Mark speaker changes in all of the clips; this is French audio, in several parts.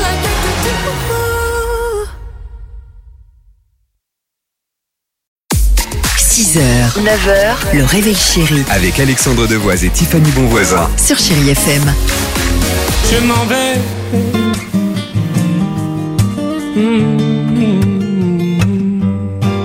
Speaker 1: like do, do, do, do.
Speaker 2: 6h, 9h, le réveil chéri
Speaker 3: Avec Alexandre Devoise et Tiffany Bonvoisin.
Speaker 2: sur Chérie FM.
Speaker 4: Je m'en vais.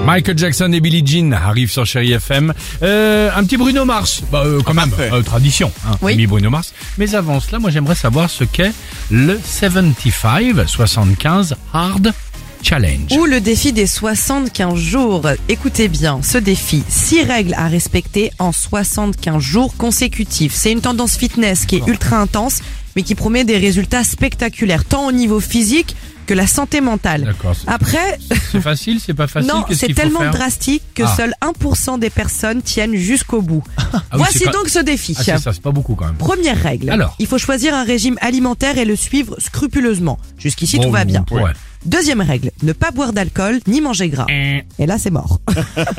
Speaker 5: Michael Jackson et Billie Jean arrivent sur Chéri FM. Euh, un petit Bruno Mars, bah, euh, quand même, euh, tradition, hein,
Speaker 2: Oui.
Speaker 5: ami Bruno Mars. Mais avant cela, moi j'aimerais savoir ce qu'est le 75, 75 Hard Challenge.
Speaker 6: Ou le défi des 75 jours. Écoutez bien, ce défi, 6 règles à respecter en 75 jours consécutifs. C'est une tendance fitness qui est ultra intense, mais qui promet des résultats spectaculaires, tant au niveau physique que la santé mentale.
Speaker 5: D'accord, c'est-
Speaker 6: Après,
Speaker 5: c'est facile, c'est pas facile.
Speaker 6: Ah. non,
Speaker 5: qu'est-ce
Speaker 6: c'est
Speaker 5: qu'il faut
Speaker 6: tellement
Speaker 5: faire
Speaker 6: drastique que
Speaker 5: Ah.
Speaker 6: seul 1% des personnes tiennent jusqu'au bout.
Speaker 5: Ah oui,
Speaker 6: Voici
Speaker 5: c'est pas-
Speaker 6: donc ce défi.
Speaker 5: Ah, c'est ça, c'est pas beaucoup quand même.
Speaker 6: Première règle,
Speaker 5: Alors.
Speaker 6: il faut choisir un régime alimentaire et le suivre scrupuleusement. Jusqu'ici,
Speaker 5: Bon,
Speaker 6: tout va
Speaker 5: bon,
Speaker 6: bien.
Speaker 5: ouais.
Speaker 6: Deuxième règle, ne pas boire d'alcool ni manger gras.
Speaker 5: Eh, oh,
Speaker 6: Et là, c'est mort.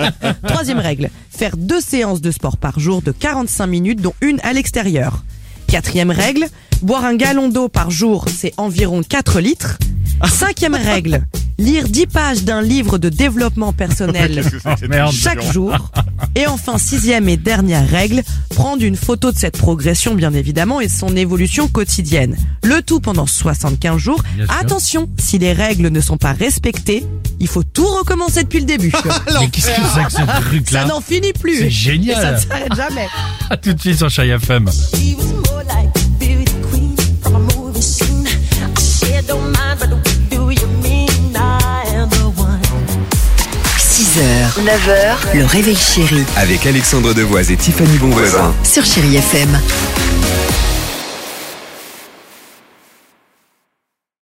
Speaker 6: Troisième règle, faire deux séances de sport par jour de 45 minutes, dont une à l'extérieur. Quatrième règle, boire un gallon d'eau par jour, c'est environ 4 litres. Cinquième règle, lire 10 pages d'un livre de développement personnel
Speaker 5: Oh, merde.
Speaker 6: chaque jour. Et enfin, sixième et dernière règle, prendre une photo de cette progression, bien évidemment, et de son évolution quotidienne. Le tout pendant 75 jours.
Speaker 5: Bien sûr.
Speaker 6: Attention, si les règles ne sont pas respectées, il faut tout recommencer depuis le début.
Speaker 5: Mais qu'est-ce que c'est que ce
Speaker 6: ça
Speaker 5: truc-là
Speaker 6: n'en finit plus.
Speaker 5: C'est
Speaker 6: Et ça
Speaker 5: génial.
Speaker 6: ne s'arrête jamais.
Speaker 5: À tout de suite sur Chéri FM.
Speaker 7: She was more like a beauty queen from a movie scene. I said, don't mind, but what do you mean? I am the one.
Speaker 2: 6h, 9h, le réveil chéri
Speaker 3: Avec Alexandre Devoise et Tiffany Bonvoisin.
Speaker 2: sur Chérie FM.